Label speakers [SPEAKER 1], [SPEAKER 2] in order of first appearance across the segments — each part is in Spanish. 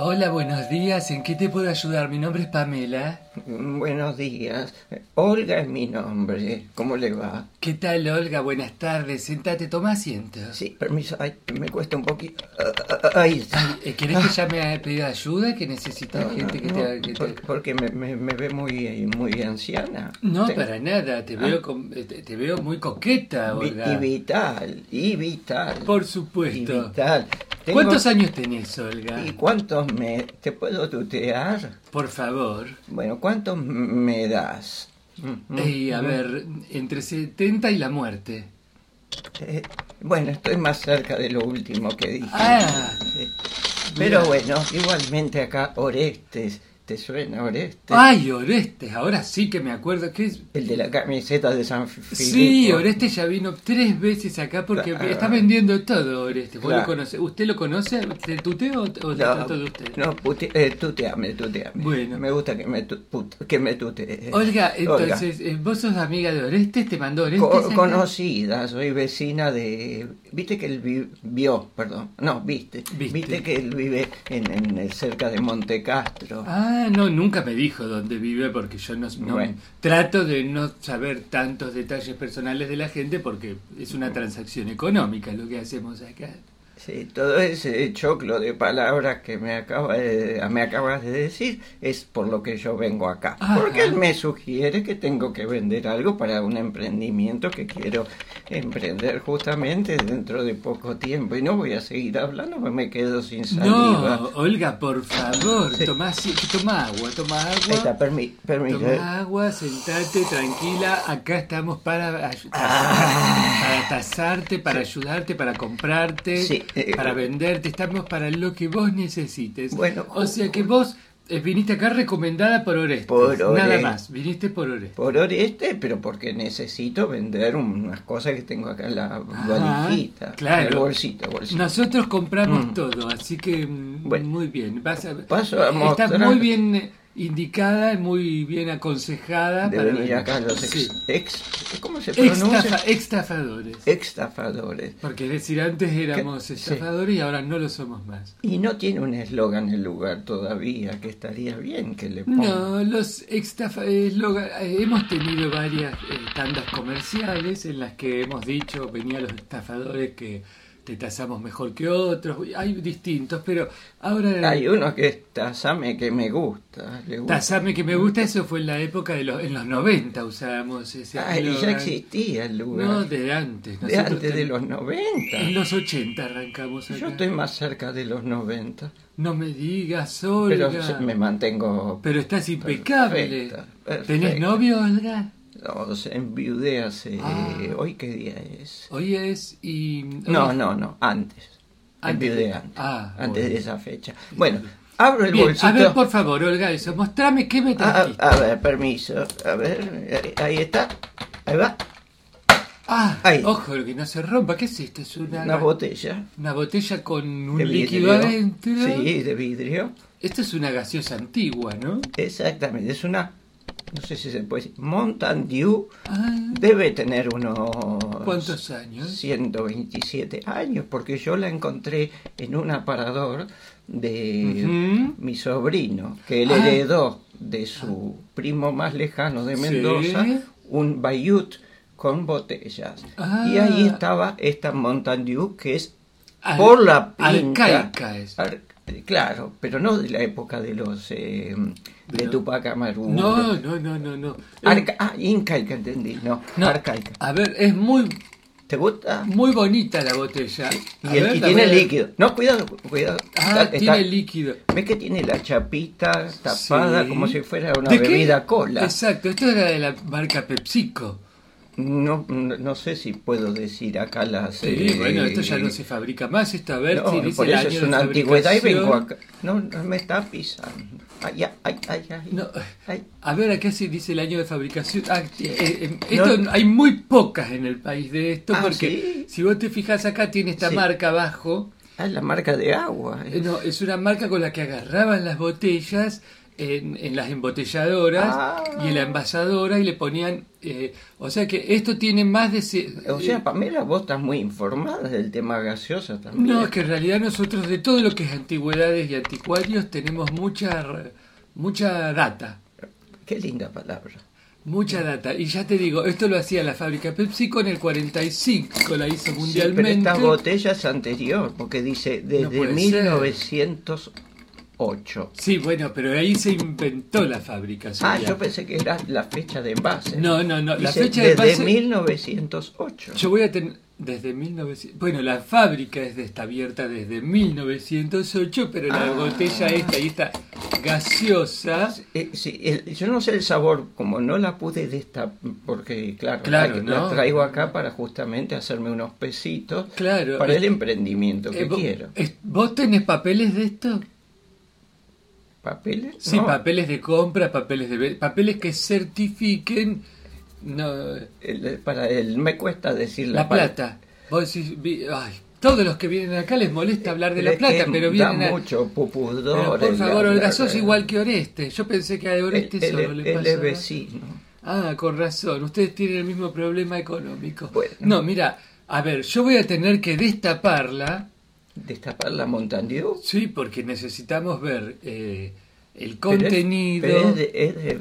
[SPEAKER 1] Hola, buenos días. ¿En qué te puedo ayudar? Mi nombre es Pamela.
[SPEAKER 2] Mm, Buenos días. Olga es mi nombre. ¿Cómo le va?
[SPEAKER 1] ¿Qué tal, Olga? Buenas tardes. Sentate, toma asiento.
[SPEAKER 2] Sí, permiso. Ay, me cuesta un poquito. Ah, ah, Ahí está.
[SPEAKER 1] Eh, ¿Querés que llame a pedir ayuda? ¿Que necesitas
[SPEAKER 2] No, no,
[SPEAKER 1] gente que
[SPEAKER 2] no,
[SPEAKER 1] te... haga- que te-
[SPEAKER 2] por- Porque me, me- me ve muy, muy anciana.
[SPEAKER 1] No,
[SPEAKER 2] Tengo- Ah.
[SPEAKER 1] para nada. Te veo, con- eh, te, te veo muy coqueta,
[SPEAKER 2] vi- Y
[SPEAKER 1] Olga.
[SPEAKER 2] vital, y vital.
[SPEAKER 1] Por
[SPEAKER 2] y
[SPEAKER 1] supuesto.
[SPEAKER 2] vital. Tengo-
[SPEAKER 1] ¿Cuántos años tenés, Olga?
[SPEAKER 2] ¿Y cuántos me... ¿Te puedo tutear?
[SPEAKER 1] Por favor.
[SPEAKER 2] Bueno, ¿cuántos me das? Mm, mm,
[SPEAKER 1] Eh, a
[SPEAKER 2] mm.
[SPEAKER 1] ver, entre 70 y la muerte.
[SPEAKER 2] Eh, bueno, estoy más cerca de lo último que dije.
[SPEAKER 1] Ah,
[SPEAKER 2] Eh, Pero
[SPEAKER 1] Mira.
[SPEAKER 2] bueno, igualmente acá Orestes, ¿te suena Orestes?
[SPEAKER 1] ay, Orestes. Ahora sí que me acuerdo. que es?
[SPEAKER 2] El de la camiseta de San Filipo.
[SPEAKER 1] Sí, Oreste ya vino tres veces acá porque
[SPEAKER 2] Claro.
[SPEAKER 1] está vendiendo todo, Oreste. ¿Vos lo
[SPEAKER 2] Claro.
[SPEAKER 1] conoce? ¿Usted lo conoce? ¿Te tuteo o te o te
[SPEAKER 2] No,
[SPEAKER 1] trató de pues, usted?
[SPEAKER 2] no pute, eh, tuteame, tuteame.
[SPEAKER 1] Bueno.
[SPEAKER 2] Me gusta que me, tu- put- que me tutee.
[SPEAKER 1] Olga,
[SPEAKER 2] eh, Olga,
[SPEAKER 1] entonces, eh, ¿vos sos amiga de Orestes? ¿Te mandó Orestes?
[SPEAKER 2] co-
[SPEAKER 1] acá?
[SPEAKER 2] conocida, soy vecina de... Viste que él vi- vio, perdón, no, viste.
[SPEAKER 1] Viste.
[SPEAKER 2] que él vive en, en el- cerca de Monte Castro.
[SPEAKER 1] Ah, no, nunca me dijo dónde vive porque yo no, no-
[SPEAKER 2] Bueno.
[SPEAKER 1] trato de no saber tantos detalles personales de la gente porque es una transacción económica lo que hacemos acá.
[SPEAKER 2] Sí, todo ese choclo de palabras que me, acaba de- me acabas de decir es por lo que yo vengo acá.
[SPEAKER 1] Ajá.
[SPEAKER 2] Porque él me sugiere que tengo que vender algo para un emprendimiento que quiero emprender justamente dentro de poco tiempo. Y no voy a seguir hablando, porque me quedo sin saliva.
[SPEAKER 1] No, Olga, por favor, toma, si- toma agua, toma
[SPEAKER 2] Ahí
[SPEAKER 1] agua.
[SPEAKER 2] está, permi- permiso.
[SPEAKER 1] Toma agua, sentate tranquila. Acá estamos para, ayu-
[SPEAKER 2] Ah.
[SPEAKER 1] para tasarte, para ayudarte, para comprarte,
[SPEAKER 2] Sí, eh,
[SPEAKER 1] para venderte. Estamos para lo que vos necesites.
[SPEAKER 2] Bueno,
[SPEAKER 1] o sea que vos eh, viniste acá recomendada por Orestes.
[SPEAKER 2] Por
[SPEAKER 1] Nada
[SPEAKER 2] Orestes.
[SPEAKER 1] más, viniste por Orestes.
[SPEAKER 2] Por Oreste, pero porque necesito vender unas cosas que tengo acá en la
[SPEAKER 1] Ajá,
[SPEAKER 2] valijita.
[SPEAKER 1] claro.
[SPEAKER 2] El bolsito, bolsito.
[SPEAKER 1] Nosotros compramos
[SPEAKER 2] Mm.
[SPEAKER 1] todo, así que mm,
[SPEAKER 2] Bueno.
[SPEAKER 1] muy bien. Vas a-
[SPEAKER 2] Paso a
[SPEAKER 1] estás
[SPEAKER 2] mostrar-
[SPEAKER 1] muy bien indicada, muy bien aconsejada.
[SPEAKER 2] de
[SPEAKER 1] para
[SPEAKER 2] venir
[SPEAKER 1] vender.
[SPEAKER 2] acá los ex,
[SPEAKER 1] Sí.
[SPEAKER 2] ex- ¿cómo se
[SPEAKER 1] Estafa-
[SPEAKER 2] pronuncia?
[SPEAKER 1] Estafadores.
[SPEAKER 2] Extafadores.
[SPEAKER 1] Porque decir antes éramos
[SPEAKER 2] ¿Qué? Sí.
[SPEAKER 1] estafadores y ahora no lo somos más.
[SPEAKER 2] Y no tiene un eslogan el lugar todavía, que estaría bien que le ponga.
[SPEAKER 1] No, los estafa- eh, esloga- eh, hemos tenido varias eh, tandas comerciales en las que hemos dicho, venía los estafadores que te tasamos mejor que otros, Uy, hay distintos, pero ahora
[SPEAKER 2] Hay uno que es Tazame que me gusta. Le gusta.
[SPEAKER 1] tasame que me gusta, eso fue en la época de los, en los 90 usábamos ese
[SPEAKER 2] Ay, ya
[SPEAKER 1] eslogan.
[SPEAKER 2] existía el lugar.
[SPEAKER 1] No, de antes.
[SPEAKER 2] de
[SPEAKER 1] nosotros
[SPEAKER 2] antes de
[SPEAKER 1] ten-
[SPEAKER 2] los 90.
[SPEAKER 1] En los 80 arrancamos acá.
[SPEAKER 2] Yo estoy más cerca de los 90.
[SPEAKER 1] No me digas,
[SPEAKER 2] Pero
[SPEAKER 1] Olga.
[SPEAKER 2] se- me mantengo.
[SPEAKER 1] Pero estás impecable.
[SPEAKER 2] Perfecta, perfecta.
[SPEAKER 1] ¿Tenés novio, Olga?
[SPEAKER 2] No, se enviudé hace.
[SPEAKER 1] Ah.
[SPEAKER 2] ¿Hoy qué día es?
[SPEAKER 1] Hoy es y...
[SPEAKER 2] No,
[SPEAKER 1] hoy-
[SPEAKER 2] no, no, antes.
[SPEAKER 1] Antes de-
[SPEAKER 2] Enviudé antes.
[SPEAKER 1] Ah,
[SPEAKER 2] antes
[SPEAKER 1] bueno.
[SPEAKER 2] de esa fecha. Bueno, abro el
[SPEAKER 1] Bien,
[SPEAKER 2] bolsito.
[SPEAKER 1] a ver, por favor, Olga, eso. Mostrame qué me
[SPEAKER 2] Ah,
[SPEAKER 1] trajiste.
[SPEAKER 2] a, ver, permiso. A ver, ahí, ahí está. Ahí va.
[SPEAKER 1] Ah,
[SPEAKER 2] ahí.
[SPEAKER 1] ojo, que no se rompa. ¿Qué es esto? Es una,
[SPEAKER 2] Una botella.
[SPEAKER 1] una botella con
[SPEAKER 2] de
[SPEAKER 1] un líquido
[SPEAKER 2] vidrio.
[SPEAKER 1] adentro.
[SPEAKER 2] Sí, de vidrio.
[SPEAKER 1] Esto es una gaseosa antigua, ¿no?
[SPEAKER 2] Exactamente. Es una. No sé si se puede decir. Mountain Dew
[SPEAKER 1] Ah,
[SPEAKER 2] debe tener unos.
[SPEAKER 1] ¿Cuántos años?
[SPEAKER 2] 127 años, porque yo la encontré en un aparador de
[SPEAKER 1] Ujú.
[SPEAKER 2] mi sobrino, que él
[SPEAKER 1] Ah.
[SPEAKER 2] heredó de su primo más lejano de
[SPEAKER 1] Sí.
[SPEAKER 2] Mendoza un bayut con botellas.
[SPEAKER 1] Ah.
[SPEAKER 2] Y ahí estaba esta Mountain Dew que es
[SPEAKER 1] Al-
[SPEAKER 2] por la pinta.
[SPEAKER 1] Arcaica es.
[SPEAKER 2] Ar- eh, claro, pero no de la época de los eh, de
[SPEAKER 1] No.
[SPEAKER 2] Tupac Amaru.
[SPEAKER 1] No, no, no, no, no.
[SPEAKER 2] Arca- ah, incaica, entendí. No,
[SPEAKER 1] No,
[SPEAKER 2] arcaica.
[SPEAKER 1] A ver, es muy
[SPEAKER 2] ¿Te gusta?
[SPEAKER 1] muy bonita la botella. A
[SPEAKER 2] Y, el-
[SPEAKER 1] ver,
[SPEAKER 2] y
[SPEAKER 1] la
[SPEAKER 2] tiene
[SPEAKER 1] voy a-
[SPEAKER 2] líquido. No, cuidado, cuidado.
[SPEAKER 1] Ah,
[SPEAKER 2] Está-
[SPEAKER 1] tiene
[SPEAKER 2] está-
[SPEAKER 1] líquido.
[SPEAKER 2] ¿Ves que tiene la chapita tapada
[SPEAKER 1] Sí.
[SPEAKER 2] como si fuera una
[SPEAKER 1] ¿De qué?
[SPEAKER 2] bebida cola?
[SPEAKER 1] Exacto, esto era de la marca PepsiCo.
[SPEAKER 2] No, no no sé si puedo decir acá las...
[SPEAKER 1] Sí,
[SPEAKER 2] eh,
[SPEAKER 1] bueno, esto ya no se fabrica más. Esto, a ver
[SPEAKER 2] No,
[SPEAKER 1] si dice
[SPEAKER 2] por
[SPEAKER 1] el
[SPEAKER 2] eso
[SPEAKER 1] año
[SPEAKER 2] es
[SPEAKER 1] de
[SPEAKER 2] una antigüedad y
[SPEAKER 1] fabricación.
[SPEAKER 2] vengo acá. No, no me está pisando. Ay, ay, ay, ay. ay.
[SPEAKER 1] No.
[SPEAKER 2] Ay.
[SPEAKER 1] A ver, acá se dice el año de fabricación. Ah, eh, eh,
[SPEAKER 2] No.
[SPEAKER 1] esto, Hay muy pocas en el país de esto,
[SPEAKER 2] Ah,
[SPEAKER 1] porque
[SPEAKER 2] ¿sí?
[SPEAKER 1] si vos te fijas acá tiene esta
[SPEAKER 2] Sí.
[SPEAKER 1] marca abajo.
[SPEAKER 2] Ah, la marca de agua.
[SPEAKER 1] Eh, No, es una marca con la que agarraban las botellas en, en las embotelladoras
[SPEAKER 2] Ah.
[SPEAKER 1] y en la envasadora y le ponían... eh, o sea que esto tiene más de... se-
[SPEAKER 2] O sea, Pamela, vos estás muy informada del tema gaseosa también.
[SPEAKER 1] No, es que en realidad nosotros de todo lo que es antigüedades y anticuarios tenemos mucha, r- mucha data.
[SPEAKER 2] Qué linda palabra.
[SPEAKER 1] Mucha data. Y ya te digo, esto lo hacía la fábrica PepsiCo en el 45, la hizo
[SPEAKER 2] Sí, pero
[SPEAKER 1] mundialmente.
[SPEAKER 2] esta botella es anterior, porque dice desde
[SPEAKER 1] puede ser.
[SPEAKER 2] 1908.
[SPEAKER 1] Sí, bueno, pero ahí se inventó la fábrica.
[SPEAKER 2] Ah,
[SPEAKER 1] Sofía.
[SPEAKER 2] yo pensé que era la fecha de envase.
[SPEAKER 1] No, no, no, la
[SPEAKER 2] Dice,
[SPEAKER 1] fecha de
[SPEAKER 2] Desde
[SPEAKER 1] envase-
[SPEAKER 2] 1908.
[SPEAKER 1] Yo voy a tener desde 1900. Bueno, la fábrica es de- está abierta desde 1908, pero la
[SPEAKER 2] Ah.
[SPEAKER 1] botella esta y esta gaseosa.
[SPEAKER 2] Eh, sí, el- yo no sé el sabor, como no la pude destapar, porque claro,
[SPEAKER 1] Claro,
[SPEAKER 2] la,
[SPEAKER 1] ¿no?
[SPEAKER 2] la traigo acá para justamente hacerme unos pesitos
[SPEAKER 1] Claro.
[SPEAKER 2] para
[SPEAKER 1] es-
[SPEAKER 2] el emprendimiento que
[SPEAKER 1] eh, vo-
[SPEAKER 2] quiero.
[SPEAKER 1] es- ¿Vos tenés papeles de esto?
[SPEAKER 2] ¿Papeles?
[SPEAKER 1] Sí,
[SPEAKER 2] No.
[SPEAKER 1] papeles de compra, papeles de ve- papeles que certifiquen no,
[SPEAKER 2] El- para el, me cuesta decir la,
[SPEAKER 1] la
[SPEAKER 2] pal-
[SPEAKER 1] plata. Vos decís, vi- ay, todos los que vienen acá les molesta hablar de la
[SPEAKER 2] Pero es
[SPEAKER 1] plata,
[SPEAKER 2] que
[SPEAKER 1] pero
[SPEAKER 2] da
[SPEAKER 1] vienen a-
[SPEAKER 2] mucho
[SPEAKER 1] Pero,
[SPEAKER 2] pupudor.
[SPEAKER 1] por
[SPEAKER 2] el
[SPEAKER 1] favor, Olga,
[SPEAKER 2] hablar eh,
[SPEAKER 1] sos
[SPEAKER 2] de-
[SPEAKER 1] igual que Oreste. Yo pensé que a Oreste
[SPEAKER 2] Él- él-
[SPEAKER 1] solo le
[SPEAKER 2] él es
[SPEAKER 1] pasaba.
[SPEAKER 2] vecino.
[SPEAKER 1] Ah, con razón. Ustedes tienen el mismo problema económico.
[SPEAKER 2] Bueno.
[SPEAKER 1] No, mira, a ver, yo voy a tener que destaparla,
[SPEAKER 2] Destapar la Montandiu.
[SPEAKER 1] sí, porque necesitamos ver eh, el
[SPEAKER 2] Pero es-
[SPEAKER 1] contenido.
[SPEAKER 2] Pero es, de- es de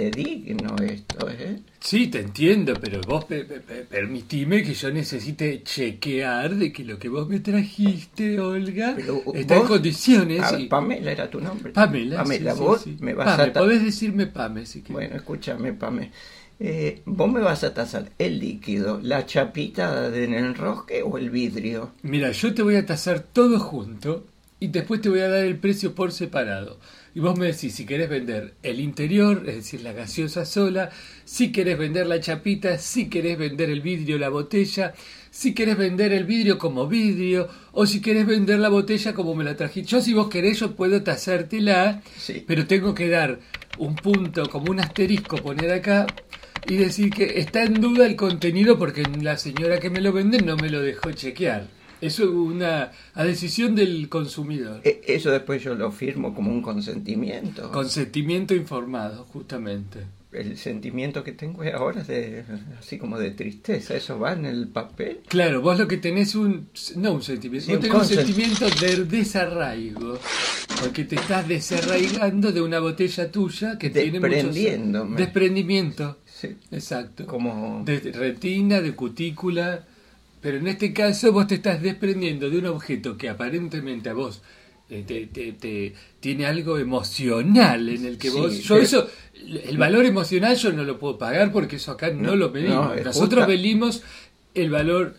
[SPEAKER 2] fidedigno esto, ¿eh?
[SPEAKER 1] Sí, te entiendo, pero vos pe- pe- pe- permitime que yo necesite chequear de que lo que vos me trajiste, Olga,
[SPEAKER 2] Pero,
[SPEAKER 1] está en
[SPEAKER 2] vos-
[SPEAKER 1] condiciones.
[SPEAKER 2] Ah,
[SPEAKER 1] y-
[SPEAKER 2] Pamela era tu nombre.
[SPEAKER 1] Pamela, sí, sí,
[SPEAKER 2] vos
[SPEAKER 1] sí.
[SPEAKER 2] me vas
[SPEAKER 1] Pame,
[SPEAKER 2] a... ta-
[SPEAKER 1] podés decirme Pame si querés.
[SPEAKER 2] Bueno, escúchame, Pamela. Eh, vos me vas a tasar el líquido, la chapita del enrosque o el vidrio.
[SPEAKER 1] Mira, yo te voy a tasar todo junto y después te voy a dar el precio por separado. Y vos me decís si querés vender el interior, es decir, la gaseosa sola, si querés vender la chapita, si querés vender el vidrio, la botella, si querés vender el vidrio como vidrio, o si querés vender la botella como me la trajiste. Yo si vos querés yo puedo tasártela,
[SPEAKER 2] Sí.
[SPEAKER 1] pero tengo que dar un punto, como un asterisco poner acá, y decir que está en duda el contenido porque la señora que me lo vende no me lo dejó chequear. Eso es una a decisión del consumidor.
[SPEAKER 2] E- Eso después yo lo firmo como un consentimiento.
[SPEAKER 1] Consentimiento informado, justamente.
[SPEAKER 2] El sentimiento que tengo ahora es de, así como de tristeza. ¿Eso va en el papel?
[SPEAKER 1] Claro, vos lo que tenés un... No un sentimiento,
[SPEAKER 2] Sí,
[SPEAKER 1] vos
[SPEAKER 2] un
[SPEAKER 1] tenés un
[SPEAKER 2] consent-
[SPEAKER 1] sentimiento de desarraigo. Porque te estás desarraigando de una botella tuya que tiene mucho...
[SPEAKER 2] Desprendiéndome.
[SPEAKER 1] Desprendimiento,
[SPEAKER 2] Sí,
[SPEAKER 1] exacto.
[SPEAKER 2] como...
[SPEAKER 1] de retina, de cutícula, pero en este caso vos te estás desprendiendo de un objeto que aparentemente a vos eh, te, te- te- tiene algo emocional en el que
[SPEAKER 2] Sí,
[SPEAKER 1] vos... Yo
[SPEAKER 2] pero-
[SPEAKER 1] eso, el valor emocional yo no lo puedo pagar porque eso acá no,
[SPEAKER 2] No,
[SPEAKER 1] lo medimos.
[SPEAKER 2] no, es
[SPEAKER 1] Nosotros
[SPEAKER 2] justa-
[SPEAKER 1] medimos el valor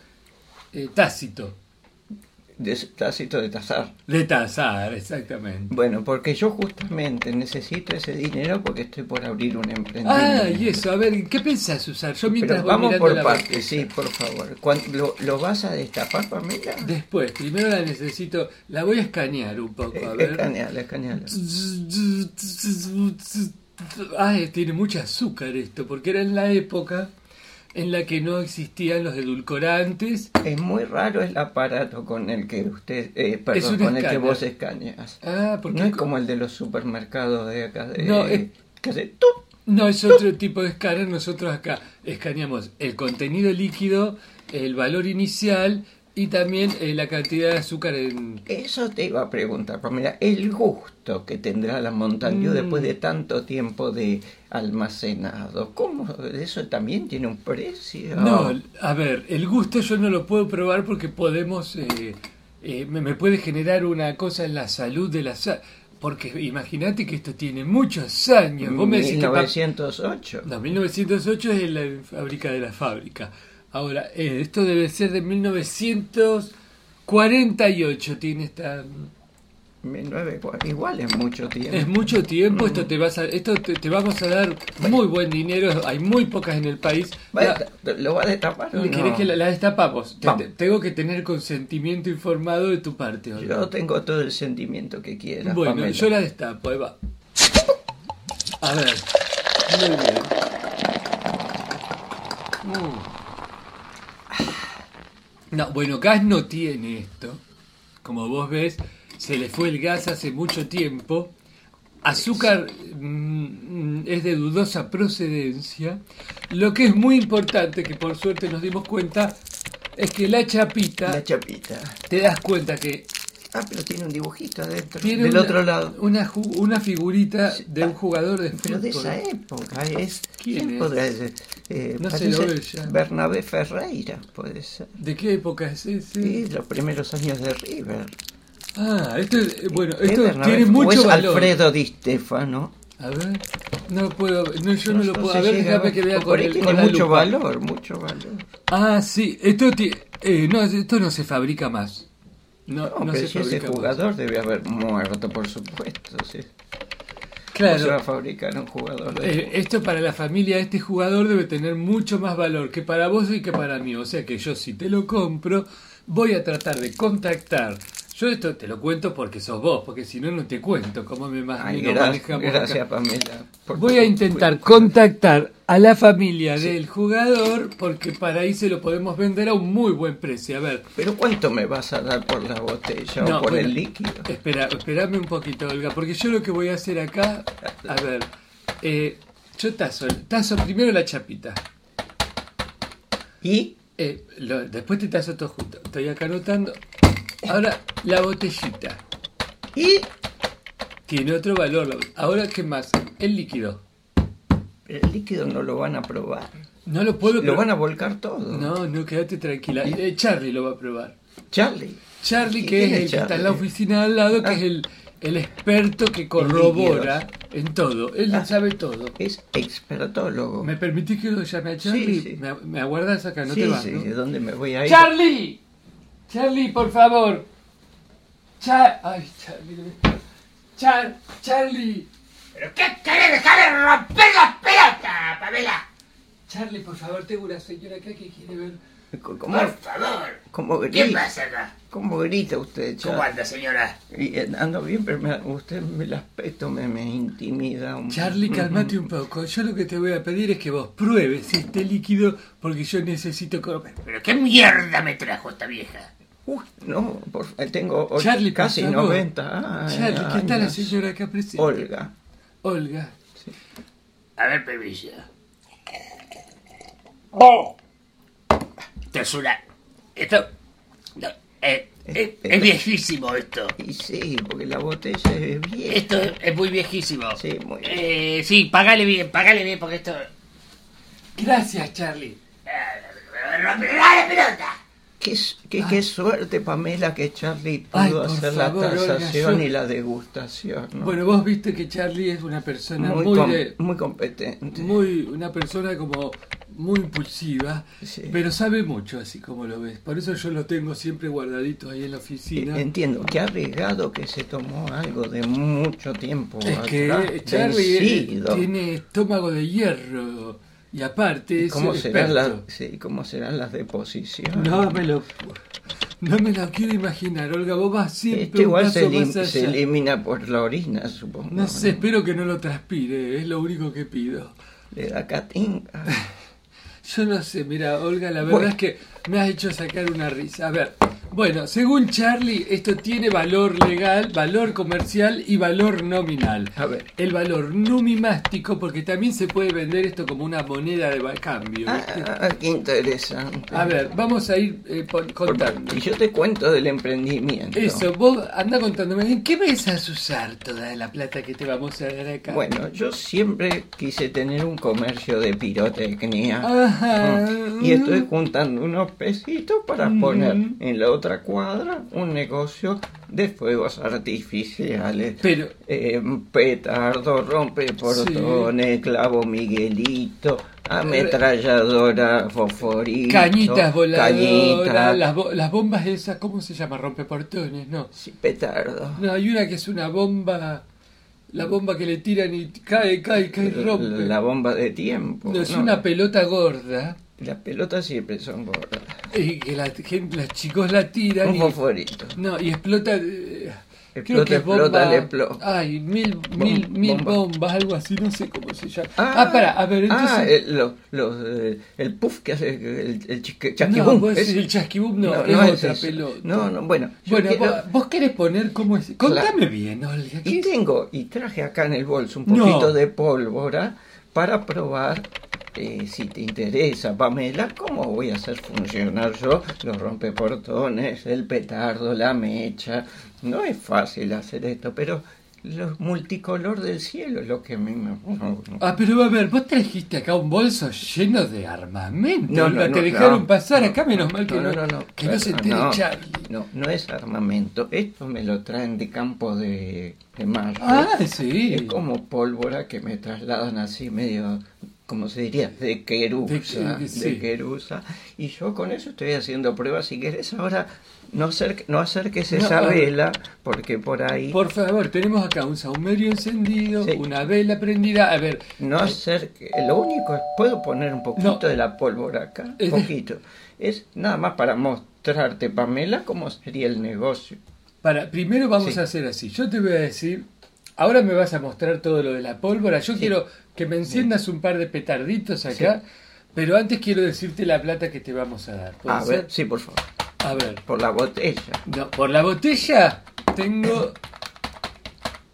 [SPEAKER 1] eh, tácito,
[SPEAKER 2] de tácito de tasar.
[SPEAKER 1] de tasar, exactamente.
[SPEAKER 2] Bueno, porque yo justamente necesito ese dinero porque estoy por abrir un emprendimiento.
[SPEAKER 1] Ah, y eso, a ver, ¿qué pensás usar? Yo mientras
[SPEAKER 2] Pero
[SPEAKER 1] voy
[SPEAKER 2] vamos
[SPEAKER 1] mirando
[SPEAKER 2] por
[SPEAKER 1] la-
[SPEAKER 2] partes, sí, por favor. Cuan- lo, lo vas a destapar, Pamela?
[SPEAKER 1] Después, primero la necesito, la voy a escanear un poco, a
[SPEAKER 2] Eh,
[SPEAKER 1] ver.
[SPEAKER 2] Escaneala, escaneala.
[SPEAKER 1] Ay, Ah, eh, tiene mucho azúcar esto, porque era en la época en la que no existían los edulcorantes.
[SPEAKER 2] Es muy raro el aparato con el que usted, eh, perdón,
[SPEAKER 1] un
[SPEAKER 2] con el que
[SPEAKER 1] escáner.
[SPEAKER 2] vos escaneas.
[SPEAKER 1] Ah, porque
[SPEAKER 2] No es como el de los supermercados de acá. de-
[SPEAKER 1] No, es-
[SPEAKER 2] que hace tup.
[SPEAKER 1] no es otro tipo de escáner. Nosotros acá escaneamos el contenido líquido, el valor inicial y también eh, la cantidad de azúcar en.
[SPEAKER 2] Eso te iba a preguntar, Pamela. El gusto que tendrá la Mountain Dew
[SPEAKER 1] Mm.
[SPEAKER 2] después de tanto tiempo de almacenado. ¿Cómo? ¿Eso también tiene un precio?
[SPEAKER 1] No, a ver, el gusto yo no lo puedo probar porque podemos. eh, eh, me, me puede generar una cosa en la salud de la sal. Porque imagínate que esto tiene muchos años. Vos me decís que pa-
[SPEAKER 2] 1908.
[SPEAKER 1] No, 1908 es la fábrica de la fábrica. Ahora, eh, esto debe ser de 1948. Tiene esta.
[SPEAKER 2] 1940. Igual es mucho tiempo.
[SPEAKER 1] Es mucho tiempo. Esto te vas a, esto te, te vamos a dar muy buen dinero. Hay muy pocas en el país.
[SPEAKER 2] Va a
[SPEAKER 1] La-
[SPEAKER 2] desta- ¿Lo va a destapar o no?
[SPEAKER 1] ¿Querés que la, la destapamos? Te-
[SPEAKER 2] Vamos.
[SPEAKER 1] te- tengo que tener consentimiento informado de tu parte. Olga.
[SPEAKER 2] Yo tengo todo el sentimiento que quieras,
[SPEAKER 1] Bueno,
[SPEAKER 2] Pamela.
[SPEAKER 1] yo la destapo, ahí va. A ver. Muy bien. Mm. No, bueno, gas no tiene esto. Como vos ves, se le fue el gas hace mucho tiempo. azúcar mm, es de dudosa procedencia. Lo que es muy importante, que por suerte nos dimos cuenta, es que la chapita,
[SPEAKER 2] La chapita.
[SPEAKER 1] te das cuenta que
[SPEAKER 2] Ah, pero tiene un dibujito adentro.
[SPEAKER 1] tiene
[SPEAKER 2] del
[SPEAKER 1] una,
[SPEAKER 2] otro lado. ah,
[SPEAKER 1] Una, ju- una figurita de un jugador de
[SPEAKER 2] Pero de esa
[SPEAKER 1] fútbol.
[SPEAKER 2] época es.
[SPEAKER 1] Ah, ¿Quién es?
[SPEAKER 2] podrá ser? Eh,
[SPEAKER 1] No se lo
[SPEAKER 2] parece
[SPEAKER 1] ve ya.
[SPEAKER 2] Bernabé Ferreira, puede ser.
[SPEAKER 1] ¿De qué época es ese?
[SPEAKER 2] Sí, los primeros años de River.
[SPEAKER 1] Ah, esto es- bueno,
[SPEAKER 2] Este Es
[SPEAKER 1] esto
[SPEAKER 2] Bernabé-
[SPEAKER 1] tiene
[SPEAKER 2] o es
[SPEAKER 1] mucho valor.
[SPEAKER 2] Alfredo Di Stefano.
[SPEAKER 1] A ver, no lo puedo, no, yo no, lo
[SPEAKER 2] se
[SPEAKER 1] puedo a ver,
[SPEAKER 2] llega
[SPEAKER 1] déjame
[SPEAKER 2] ver.
[SPEAKER 1] que vea
[SPEAKER 2] O
[SPEAKER 1] con,
[SPEAKER 2] por ahí
[SPEAKER 1] el-
[SPEAKER 2] tiene
[SPEAKER 1] con la
[SPEAKER 2] mucho
[SPEAKER 1] lupa.
[SPEAKER 2] valor, mucho valor.
[SPEAKER 1] Ah, sí, esto ti- eh, no, esto no se fabrica más. No,
[SPEAKER 2] No,
[SPEAKER 1] no,
[SPEAKER 2] pero
[SPEAKER 1] se
[SPEAKER 2] si ese
[SPEAKER 1] fabrica más.
[SPEAKER 2] jugador debe haber muerto, por supuesto. sí. ¿Cómo se va a
[SPEAKER 1] Claro.
[SPEAKER 2] fabricar un jugador de
[SPEAKER 1] eh,
[SPEAKER 2] fútbol?
[SPEAKER 1] esto para la familia de este jugador debe tener mucho más valor que para vos y que para mí. O sea que yo si te lo compro, voy a tratar de contactar. Yo esto te lo cuento porque sos vos, porque si no, no te cuento cómo me más
[SPEAKER 2] Ay,
[SPEAKER 1] me lo
[SPEAKER 2] gra-
[SPEAKER 1] manejamos acá.
[SPEAKER 2] gracias, Pamela. por
[SPEAKER 1] Voy
[SPEAKER 2] tu-
[SPEAKER 1] a intentar
[SPEAKER 2] por-
[SPEAKER 1] contactar a la familia del jugador porque para ahí se lo podemos vender a un muy buen precio. A ver,
[SPEAKER 2] Pero ¿cuánto me vas a dar por la botella
[SPEAKER 1] No,
[SPEAKER 2] o por
[SPEAKER 1] bueno.
[SPEAKER 2] el líquido?
[SPEAKER 1] espera, esperame un poquito, Olga, porque yo lo que voy a hacer acá, a ver, eh, yo tazo, tazo primero la chapita,
[SPEAKER 2] ¿Y?
[SPEAKER 1] eh, lo- después te tazo todo junto. Estoy acá anotando. Ahora la botellita.
[SPEAKER 2] ¿Y?
[SPEAKER 1] Tiene otro valor. la bot- Ahora, ¿qué más? El líquido.
[SPEAKER 2] El líquido no lo van a probar.
[SPEAKER 1] No lo puedo
[SPEAKER 2] Lo
[SPEAKER 1] probar.
[SPEAKER 2] van a volcar todo.
[SPEAKER 1] No, no, quédate tranquila. Eh, Charlie lo va a probar.
[SPEAKER 2] Charlie.
[SPEAKER 1] Charlie,
[SPEAKER 2] ¿Y
[SPEAKER 1] que es
[SPEAKER 2] quién
[SPEAKER 1] el
[SPEAKER 2] es
[SPEAKER 1] que está en la
[SPEAKER 2] Charlie?
[SPEAKER 1] oficina al lado, que
[SPEAKER 2] Ah.
[SPEAKER 1] es el, el experto que corrobora en todo. Él
[SPEAKER 2] Ah.
[SPEAKER 1] sabe todo.
[SPEAKER 2] Es expertólogo.
[SPEAKER 1] ¿Me permitís que lo llame a Charlie?
[SPEAKER 2] sí.
[SPEAKER 1] Me, me aguardás acá, no
[SPEAKER 2] sí,
[SPEAKER 1] te vas.
[SPEAKER 2] sí,
[SPEAKER 1] ¿no?
[SPEAKER 2] ¿de dónde me voy a ir?
[SPEAKER 1] ¡Charlie! ¡Charlie, por favor! Char... ¡Ay, Charlie! ¡Char... ¡Charlie!
[SPEAKER 3] ¿Pero qué querés dejar de romper la pelota, Pamela?
[SPEAKER 1] ¡Charlie, por favor, tengo una señora acá que quiere ver...
[SPEAKER 2] ¿Cómo,
[SPEAKER 3] Por favor.
[SPEAKER 2] cómo
[SPEAKER 3] ¿Qué
[SPEAKER 2] grita?
[SPEAKER 3] pasa acá?
[SPEAKER 2] ¿Cómo grita usted,
[SPEAKER 3] ¿Cómo
[SPEAKER 2] Charlie?
[SPEAKER 3] anda, señora?
[SPEAKER 2] Y, eh, Ando bien, pero me- usted me- el aspecto me, me intimida un
[SPEAKER 1] Charlie, calmate un poco. Yo lo que te voy a pedir es que vos pruebes este líquido porque yo necesito comer.
[SPEAKER 3] ¿Pero qué mierda me trajo esta vieja?
[SPEAKER 2] Uy, no, por, eh, tengo ocho-
[SPEAKER 1] Charlie, por
[SPEAKER 2] casi
[SPEAKER 1] favor.
[SPEAKER 2] 90 años.
[SPEAKER 1] Charlie, ¿qué está la señora acá presente?
[SPEAKER 2] Olga.
[SPEAKER 1] Olga.
[SPEAKER 3] A ver, Pevilla. Esto es una... Esto... no, eh, es, es viejísimo esto.
[SPEAKER 2] Y sí, porque la botella es vieja.
[SPEAKER 3] Esto es, es muy viejísimo.
[SPEAKER 2] Sí, muy bien.
[SPEAKER 3] Eh, sí, pagale bien, pagale bien porque esto... eh,
[SPEAKER 1] Gracias, Charlie.
[SPEAKER 3] ¡Rompe la pelota!
[SPEAKER 2] Qué, s- qué- qué suerte, Pamela, que Charlie
[SPEAKER 1] Ay,
[SPEAKER 2] pudo
[SPEAKER 1] por
[SPEAKER 2] hacer
[SPEAKER 1] favor,
[SPEAKER 2] la
[SPEAKER 1] Olga,
[SPEAKER 2] tasación
[SPEAKER 1] yo-
[SPEAKER 2] y la degustación. ¿no?
[SPEAKER 1] Bueno, vos viste que Charlie es una persona
[SPEAKER 2] muy,
[SPEAKER 1] muy,
[SPEAKER 2] com-
[SPEAKER 1] de-
[SPEAKER 2] muy competente.
[SPEAKER 1] muy- una persona como muy impulsiva,
[SPEAKER 2] Sí.
[SPEAKER 1] pero sabe mucho, así como lo ves. Por eso yo lo tengo siempre guardadito ahí en la oficina.
[SPEAKER 2] Eh, Entiendo, qué arriesgado que se tomó algo de mucho tiempo.
[SPEAKER 1] es que
[SPEAKER 2] atrás,
[SPEAKER 1] eh, Charlie eh,
[SPEAKER 2] vencido.
[SPEAKER 1] tiene estómago de hierro y aparte
[SPEAKER 2] ¿Y
[SPEAKER 1] es
[SPEAKER 2] ¿Cómo serán, las,
[SPEAKER 1] experto.
[SPEAKER 2] sí, ¿Cómo serán las deposiciones?
[SPEAKER 1] No me lo no me lo quiero imaginar, Olga, vos vas siempre
[SPEAKER 2] Esto Este igual
[SPEAKER 1] un
[SPEAKER 2] se,
[SPEAKER 1] paso
[SPEAKER 2] elim-
[SPEAKER 1] más allá.
[SPEAKER 2] se elimina por la orina, supongo.
[SPEAKER 1] No sé, espero que no lo transpire, es lo único que pido.
[SPEAKER 2] Le da catinga.
[SPEAKER 1] Yo no sé, mira, Olga, la verdad
[SPEAKER 2] Bueno.
[SPEAKER 1] es que me has hecho sacar una risa. A ver, bueno, según Charlie, esto tiene valor legal, valor comercial y valor nominal.
[SPEAKER 2] A ver.
[SPEAKER 1] El valor numimástico, porque también se puede vender esto como una moneda de ba- cambio. ¿viste?
[SPEAKER 2] Ah, qué interesante.
[SPEAKER 1] A ver, vamos a ir eh, pon- contando.
[SPEAKER 2] Y yo te cuento del emprendimiento.
[SPEAKER 1] Eso, vos anda contándome, ¿en qué pensás usar toda la plata que te vamos a dar acá?
[SPEAKER 2] Bueno, yo siempre quise tener un comercio de pirotecnia. Mm.
[SPEAKER 1] Ajá.
[SPEAKER 2] Ah, Y estoy juntando unos pesitos para poner en la otra cuadra un negocio de fuegos artificiales.
[SPEAKER 1] Pero,
[SPEAKER 2] Eh, petardo, rompeportones, clavo miguelito,
[SPEAKER 1] Eh,
[SPEAKER 2] ametralladora, fosforito.
[SPEAKER 1] Cañitas voladoras,
[SPEAKER 2] cañitas.
[SPEAKER 1] Las, bo- las bombas esas, ¿cómo se llama? Rompeportones, no.
[SPEAKER 2] Sí, petardo.
[SPEAKER 1] No, hay una que es una bomba, la bomba que le tiran y cae, cae, cae, rompe.
[SPEAKER 2] La bomba de tiempo.
[SPEAKER 1] No, es
[SPEAKER 2] ¿no?
[SPEAKER 1] una pelota gorda
[SPEAKER 2] Las pelotas siempre son gordas.
[SPEAKER 1] y que la gente, los chicos la tiran
[SPEAKER 2] Un
[SPEAKER 1] y,
[SPEAKER 2] fosforito.
[SPEAKER 1] no, y explota. eh, Creo
[SPEAKER 2] Explota,
[SPEAKER 1] que es
[SPEAKER 2] explota,
[SPEAKER 1] bomba.
[SPEAKER 2] le explota.
[SPEAKER 1] Ay, mil, mil,
[SPEAKER 2] Bom-
[SPEAKER 1] mil
[SPEAKER 2] bomba.
[SPEAKER 1] bombas, algo así, no sé cómo se llama. Ah, para, a ver, entonces.
[SPEAKER 2] Ah, el, lo- los, eh, el puff que hace el, el chique-
[SPEAKER 1] no,
[SPEAKER 2] chasquibum.
[SPEAKER 1] vos
[SPEAKER 2] es-
[SPEAKER 1] decís el chasquibum no, es otra
[SPEAKER 2] eso.
[SPEAKER 1] pelota.
[SPEAKER 2] No, no, bueno. yo
[SPEAKER 1] bueno,
[SPEAKER 2] quiero-
[SPEAKER 1] vos, vos querés poner cómo es. Contame
[SPEAKER 2] Claro.
[SPEAKER 1] bien, Olga. ¿qué
[SPEAKER 2] y
[SPEAKER 1] es?
[SPEAKER 2] tengo, y traje acá en el bolso un
[SPEAKER 1] No.
[SPEAKER 2] poquito de pólvora para probar eh, si te interesa, Pamela, cómo voy a hacer funcionar yo los rompeportones, el petardo, la mecha. No es fácil hacer esto, pero los multicolor del cielo es lo que a mí me...
[SPEAKER 1] Ah, pero a ver, vos trajiste acá un bolso lleno de armamento.
[SPEAKER 2] No,
[SPEAKER 1] Olga,
[SPEAKER 2] no,
[SPEAKER 1] te
[SPEAKER 2] no,
[SPEAKER 1] dejaron
[SPEAKER 2] no,
[SPEAKER 1] pasar
[SPEAKER 2] no, Ah,
[SPEAKER 1] acá, menos mal que no, que no se entere
[SPEAKER 2] no,
[SPEAKER 1] Charlie.
[SPEAKER 2] No, no es armamento. Esto me lo traen de campo de, de mayo.
[SPEAKER 1] Ah, sí.
[SPEAKER 2] Es como pólvora que me trasladan así medio, como se diría, de querusa,
[SPEAKER 1] De que-
[SPEAKER 2] de,
[SPEAKER 1] sí.
[SPEAKER 2] querusa. Y yo con eso estoy haciendo pruebas. Si querés ahora, no, acerque- no acerques
[SPEAKER 1] No,
[SPEAKER 2] esa
[SPEAKER 1] a ver.
[SPEAKER 2] vela, porque por ahí...
[SPEAKER 1] Por favor, tenemos acá un saumerio encendido,
[SPEAKER 2] Sí.
[SPEAKER 1] una vela prendida. A ver,
[SPEAKER 2] No acerque... Lo único es, puedo poner un poquito
[SPEAKER 1] No.
[SPEAKER 2] de la pólvora acá,
[SPEAKER 1] Es de-
[SPEAKER 2] un poquito. Es nada más para mostrarte, Pamela, cómo sería el negocio.
[SPEAKER 1] Para, primero vamos
[SPEAKER 2] Sí.
[SPEAKER 1] a hacer así. Yo te voy a decir, ahora me vas a mostrar todo lo de la pólvora. Yo quiero que me enciendas un par de petarditos acá, pero antes quiero decirte la plata que te vamos a dar. ¿Puede
[SPEAKER 2] A
[SPEAKER 1] ser?
[SPEAKER 2] ver, sí, por favor,
[SPEAKER 1] A ver.
[SPEAKER 2] por la botella.
[SPEAKER 1] No, por la botella tengo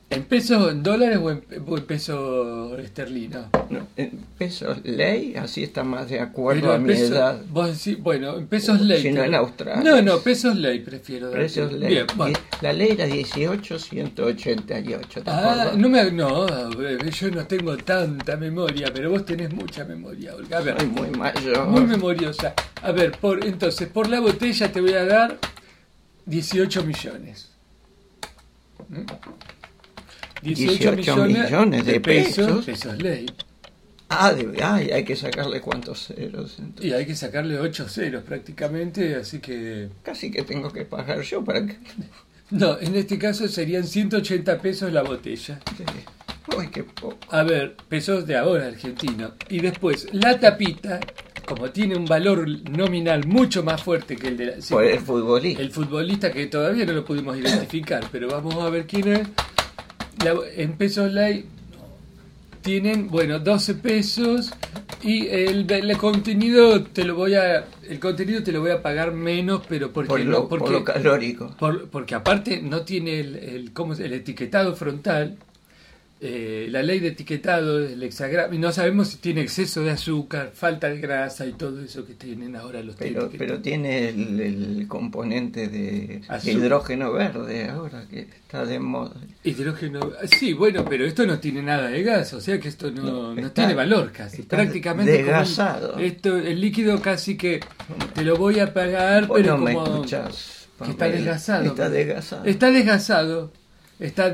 [SPEAKER 1] en pesos, en dólares o en, o en pesos esterlinos.
[SPEAKER 2] No, en pesos ley, así está más de acuerdo
[SPEAKER 1] Pero
[SPEAKER 2] a
[SPEAKER 1] en
[SPEAKER 2] mi
[SPEAKER 1] pesos-
[SPEAKER 2] edad.
[SPEAKER 1] vos decís, bueno, en pesos ley.
[SPEAKER 2] Si no,
[SPEAKER 1] te-
[SPEAKER 2] en australes.
[SPEAKER 1] No, no, pesos ley prefiero. darte.
[SPEAKER 2] Precios ley.
[SPEAKER 1] Bien, bueno.
[SPEAKER 2] Die- La ley era 18188. ¿te
[SPEAKER 1] Ah,
[SPEAKER 2] acuerdas?
[SPEAKER 1] no me. No, eh, yo no tengo tanta memoria, pero vos tenés mucha memoria, Olga. A ver,
[SPEAKER 2] Ay, muy mayor.
[SPEAKER 1] muy memoriosa. A ver, por, entonces, por la botella te voy a dar 18 millones. ¿Mm?
[SPEAKER 2] 18 millones de pesos.
[SPEAKER 1] Pesos ley.
[SPEAKER 2] Ah, de- ay, hay que sacarle cuántos ceros. entonces.
[SPEAKER 1] Y hay que sacarle 8 ceros prácticamente, así que.
[SPEAKER 2] Casi que tengo que pagar yo para que.
[SPEAKER 1] No, en este caso serían 180 pesos la botella.
[SPEAKER 2] Ay, qué poco.
[SPEAKER 1] A ver, pesos de ahora argentino. Y después, la tapita, como tiene un valor nominal mucho más fuerte que el de la, sí,
[SPEAKER 2] Por el futbolista.
[SPEAKER 1] el futbolista que todavía no lo pudimos identificar, pero vamos a ver quién es. La- en pesos light tienen, bueno, 12 pesos y el, el contenido te lo voy a el contenido te lo voy a pagar menos, pero porque
[SPEAKER 2] por,
[SPEAKER 1] no-
[SPEAKER 2] lo, por
[SPEAKER 1] porque
[SPEAKER 2] lo calórico.
[SPEAKER 1] por- porque aparte no tiene el, el- ¿cómo es? el etiquetado frontal, eh, la ley de etiquetado, el hexagrama, y no sabemos si tiene exceso de azúcar, falta de grasa y todo eso que tienen ahora los
[SPEAKER 2] Pero,
[SPEAKER 1] etiquetados.
[SPEAKER 2] pero tiene el, el componente de
[SPEAKER 1] Azul.
[SPEAKER 2] hidrógeno verde ahora que está de moda.
[SPEAKER 1] Hidrógeno, sí, bueno, pero esto no tiene nada de gas, o sea que esto no,
[SPEAKER 2] No,
[SPEAKER 1] no
[SPEAKER 2] está-
[SPEAKER 1] tiene valor casi,
[SPEAKER 2] está
[SPEAKER 1] prácticamente como un-
[SPEAKER 2] desgasado.
[SPEAKER 1] esto, el líquido casi que te lo voy a pagar,
[SPEAKER 2] Vos
[SPEAKER 1] pero
[SPEAKER 2] no me
[SPEAKER 1] como
[SPEAKER 2] escuchás.
[SPEAKER 1] que está
[SPEAKER 2] Pamela.
[SPEAKER 1] desgasado.
[SPEAKER 2] Está desgasado.
[SPEAKER 1] está desgasado, está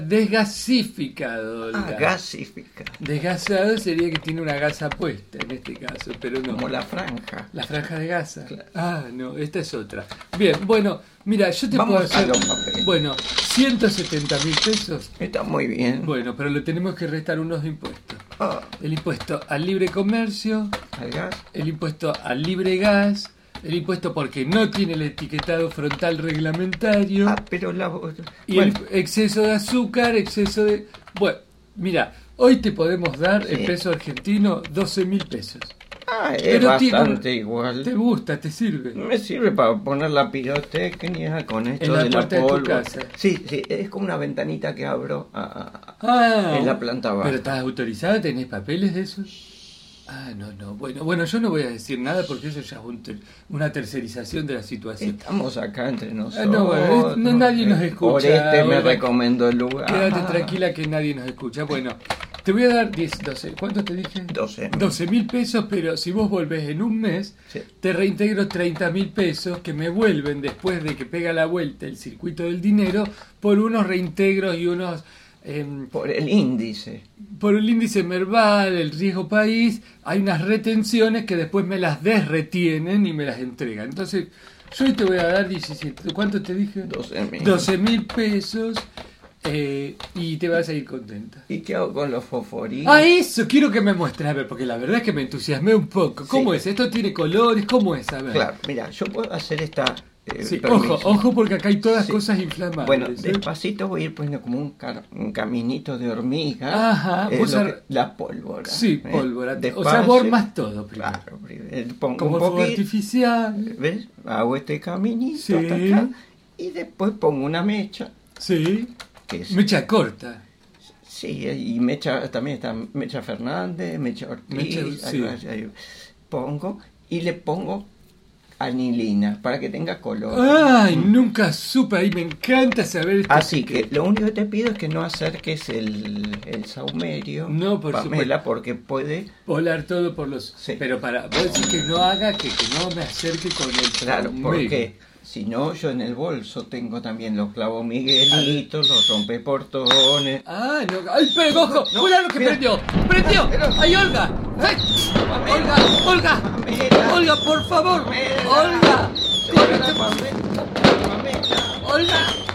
[SPEAKER 1] desgasificado.
[SPEAKER 2] Ah,
[SPEAKER 1] Olga.
[SPEAKER 2] gasificado.
[SPEAKER 1] Desgasado sería que tiene una gasa puesta en este caso, pero no.
[SPEAKER 2] Como la franja.
[SPEAKER 1] La franja de gasa.
[SPEAKER 2] Claro.
[SPEAKER 1] Ah, no, esta es otra. Bien, bueno, mira, yo te
[SPEAKER 2] Vamos
[SPEAKER 1] puedo
[SPEAKER 2] a
[SPEAKER 1] hacer.
[SPEAKER 2] los papeles.
[SPEAKER 1] Bueno, 170 mil pesos.
[SPEAKER 2] Está muy bien.
[SPEAKER 1] Bueno, pero le tenemos que restar unos impuestos.
[SPEAKER 2] Ah,
[SPEAKER 1] El impuesto al libre comercio,
[SPEAKER 2] al gas.
[SPEAKER 1] el impuesto al libre gas, el impuesto porque no tiene el etiquetado frontal reglamentario.
[SPEAKER 2] Ah, pero la...
[SPEAKER 1] Y
[SPEAKER 2] bueno,
[SPEAKER 1] el exceso de azúcar, exceso de... Bueno, mira, hoy te podemos dar el
[SPEAKER 2] Sí.
[SPEAKER 1] peso argentino 12 mil pesos.
[SPEAKER 2] ah, es
[SPEAKER 1] pero tiene-
[SPEAKER 2] bastante
[SPEAKER 1] ¿Te
[SPEAKER 2] igual.
[SPEAKER 1] gusta? ¿Te sirve?
[SPEAKER 2] Me sirve para poner la pirotecnia con
[SPEAKER 1] En
[SPEAKER 2] esto
[SPEAKER 1] la
[SPEAKER 2] de la
[SPEAKER 1] puerta de tu
[SPEAKER 2] pólvora.
[SPEAKER 1] casa.
[SPEAKER 2] Sí, sí, es como una ventanita que abro a- a-
[SPEAKER 1] Ah,
[SPEAKER 2] en la planta baja.
[SPEAKER 1] ¿Pero estás autorizada? ¿Tenés papeles de eso? Ah, no, no. Bueno, bueno, yo no voy a decir nada porque eso ya es un ter- una tercerización de la situación.
[SPEAKER 2] Estamos acá entre nosotros.
[SPEAKER 1] Ah, no, bueno, es- no, nadie nos escucha
[SPEAKER 2] Por este me
[SPEAKER 1] ahora.
[SPEAKER 2] recomendó el lugar. Ah,
[SPEAKER 1] Quédate tranquila que nadie nos escucha. Bueno, te voy a dar 10, 12. ¿Cuánto te dije?
[SPEAKER 2] 12.
[SPEAKER 1] 12 mil pesos, pero si vos volvés en un mes,
[SPEAKER 2] Sí.
[SPEAKER 1] te reintegro 30 mil pesos que me vuelven después de que pega la vuelta el circuito del dinero por unos reintegros y unos... em,
[SPEAKER 2] Por el índice.
[SPEAKER 1] por el índice Merval, el riesgo país, hay unas retenciones que después me las desretienen y me las entregan. Entonces, yo hoy te voy a dar 17, ¿cuánto te dije?
[SPEAKER 2] 12.000.
[SPEAKER 1] 12 mil pesos eh, y te vas a ir contenta.
[SPEAKER 2] ¿Y qué hago con los fosforitos?
[SPEAKER 1] Ah, eso quiero que me muestres, a ver, porque la verdad es que me entusiasmé un poco. ¿Cómo
[SPEAKER 2] Sí.
[SPEAKER 1] es? ¿Esto tiene colores? ¿Cómo es? A ver.
[SPEAKER 2] Claro, mira, yo puedo hacer esta eh,
[SPEAKER 1] Sí,
[SPEAKER 2] permiso.
[SPEAKER 1] ojo, ojo porque acá hay todas
[SPEAKER 2] Sí.
[SPEAKER 1] cosas inflamables.
[SPEAKER 2] Bueno,
[SPEAKER 1] ¿eh?
[SPEAKER 2] despacito voy a ir poniendo como un, car- un caminito de hormiga.
[SPEAKER 1] Ajá,
[SPEAKER 2] eh,
[SPEAKER 1] vos
[SPEAKER 2] lo
[SPEAKER 1] ar-
[SPEAKER 2] que- la pólvora.
[SPEAKER 1] Sí,
[SPEAKER 2] ¿eh?
[SPEAKER 1] pólvora. O sea,
[SPEAKER 2] Despacio.
[SPEAKER 1] vos más todo primero.
[SPEAKER 2] Claro, primero eh, pongo
[SPEAKER 1] Como
[SPEAKER 2] un
[SPEAKER 1] fuego
[SPEAKER 2] poquito,
[SPEAKER 1] artificial.
[SPEAKER 2] ¿Ves? Hago este caminito
[SPEAKER 1] Sí.
[SPEAKER 2] hasta acá. Y después pongo una mecha.
[SPEAKER 1] Sí.
[SPEAKER 2] Que es,
[SPEAKER 1] Mecha corta.
[SPEAKER 2] Sí, y mecha, también está Mecha Fernández, Mecha Ortiz.
[SPEAKER 1] Mecha,
[SPEAKER 2] ahí
[SPEAKER 1] sí.
[SPEAKER 2] va, ahí- pongo y le pongo anilina para que tenga color.
[SPEAKER 1] Ay,
[SPEAKER 2] Mm.
[SPEAKER 1] nunca supe ahí, me encanta saber esto.
[SPEAKER 2] Así Ah, que lo único que te pido es que no acerques el, el saumerio,
[SPEAKER 1] No, por
[SPEAKER 2] Pamela, porque puede...
[SPEAKER 1] Volar todo por los.
[SPEAKER 2] Sí.
[SPEAKER 1] Pero para, vos decís que no haga que, que no me acerque con el.
[SPEAKER 2] Claro,
[SPEAKER 1] con mí.
[SPEAKER 2] porque si no, yo en el bolso tengo también los clavos Miguelitos, los rompeportones.
[SPEAKER 1] Ah, no. ¡Ay, pero ojo!
[SPEAKER 2] No,
[SPEAKER 1] ¡Mira lo que
[SPEAKER 2] mira.
[SPEAKER 1] prendió! ¡Prendió!
[SPEAKER 2] Pero-
[SPEAKER 1] ¡Ay, Olga! ¡Eh! ¡Olga! ¡Olga!
[SPEAKER 2] Pamela.
[SPEAKER 1] ¡Olga, por favor!
[SPEAKER 2] Pamela.
[SPEAKER 1] ¡Olga!
[SPEAKER 2] Pamela, Pamela, Pamela.
[SPEAKER 1] ¡Olga!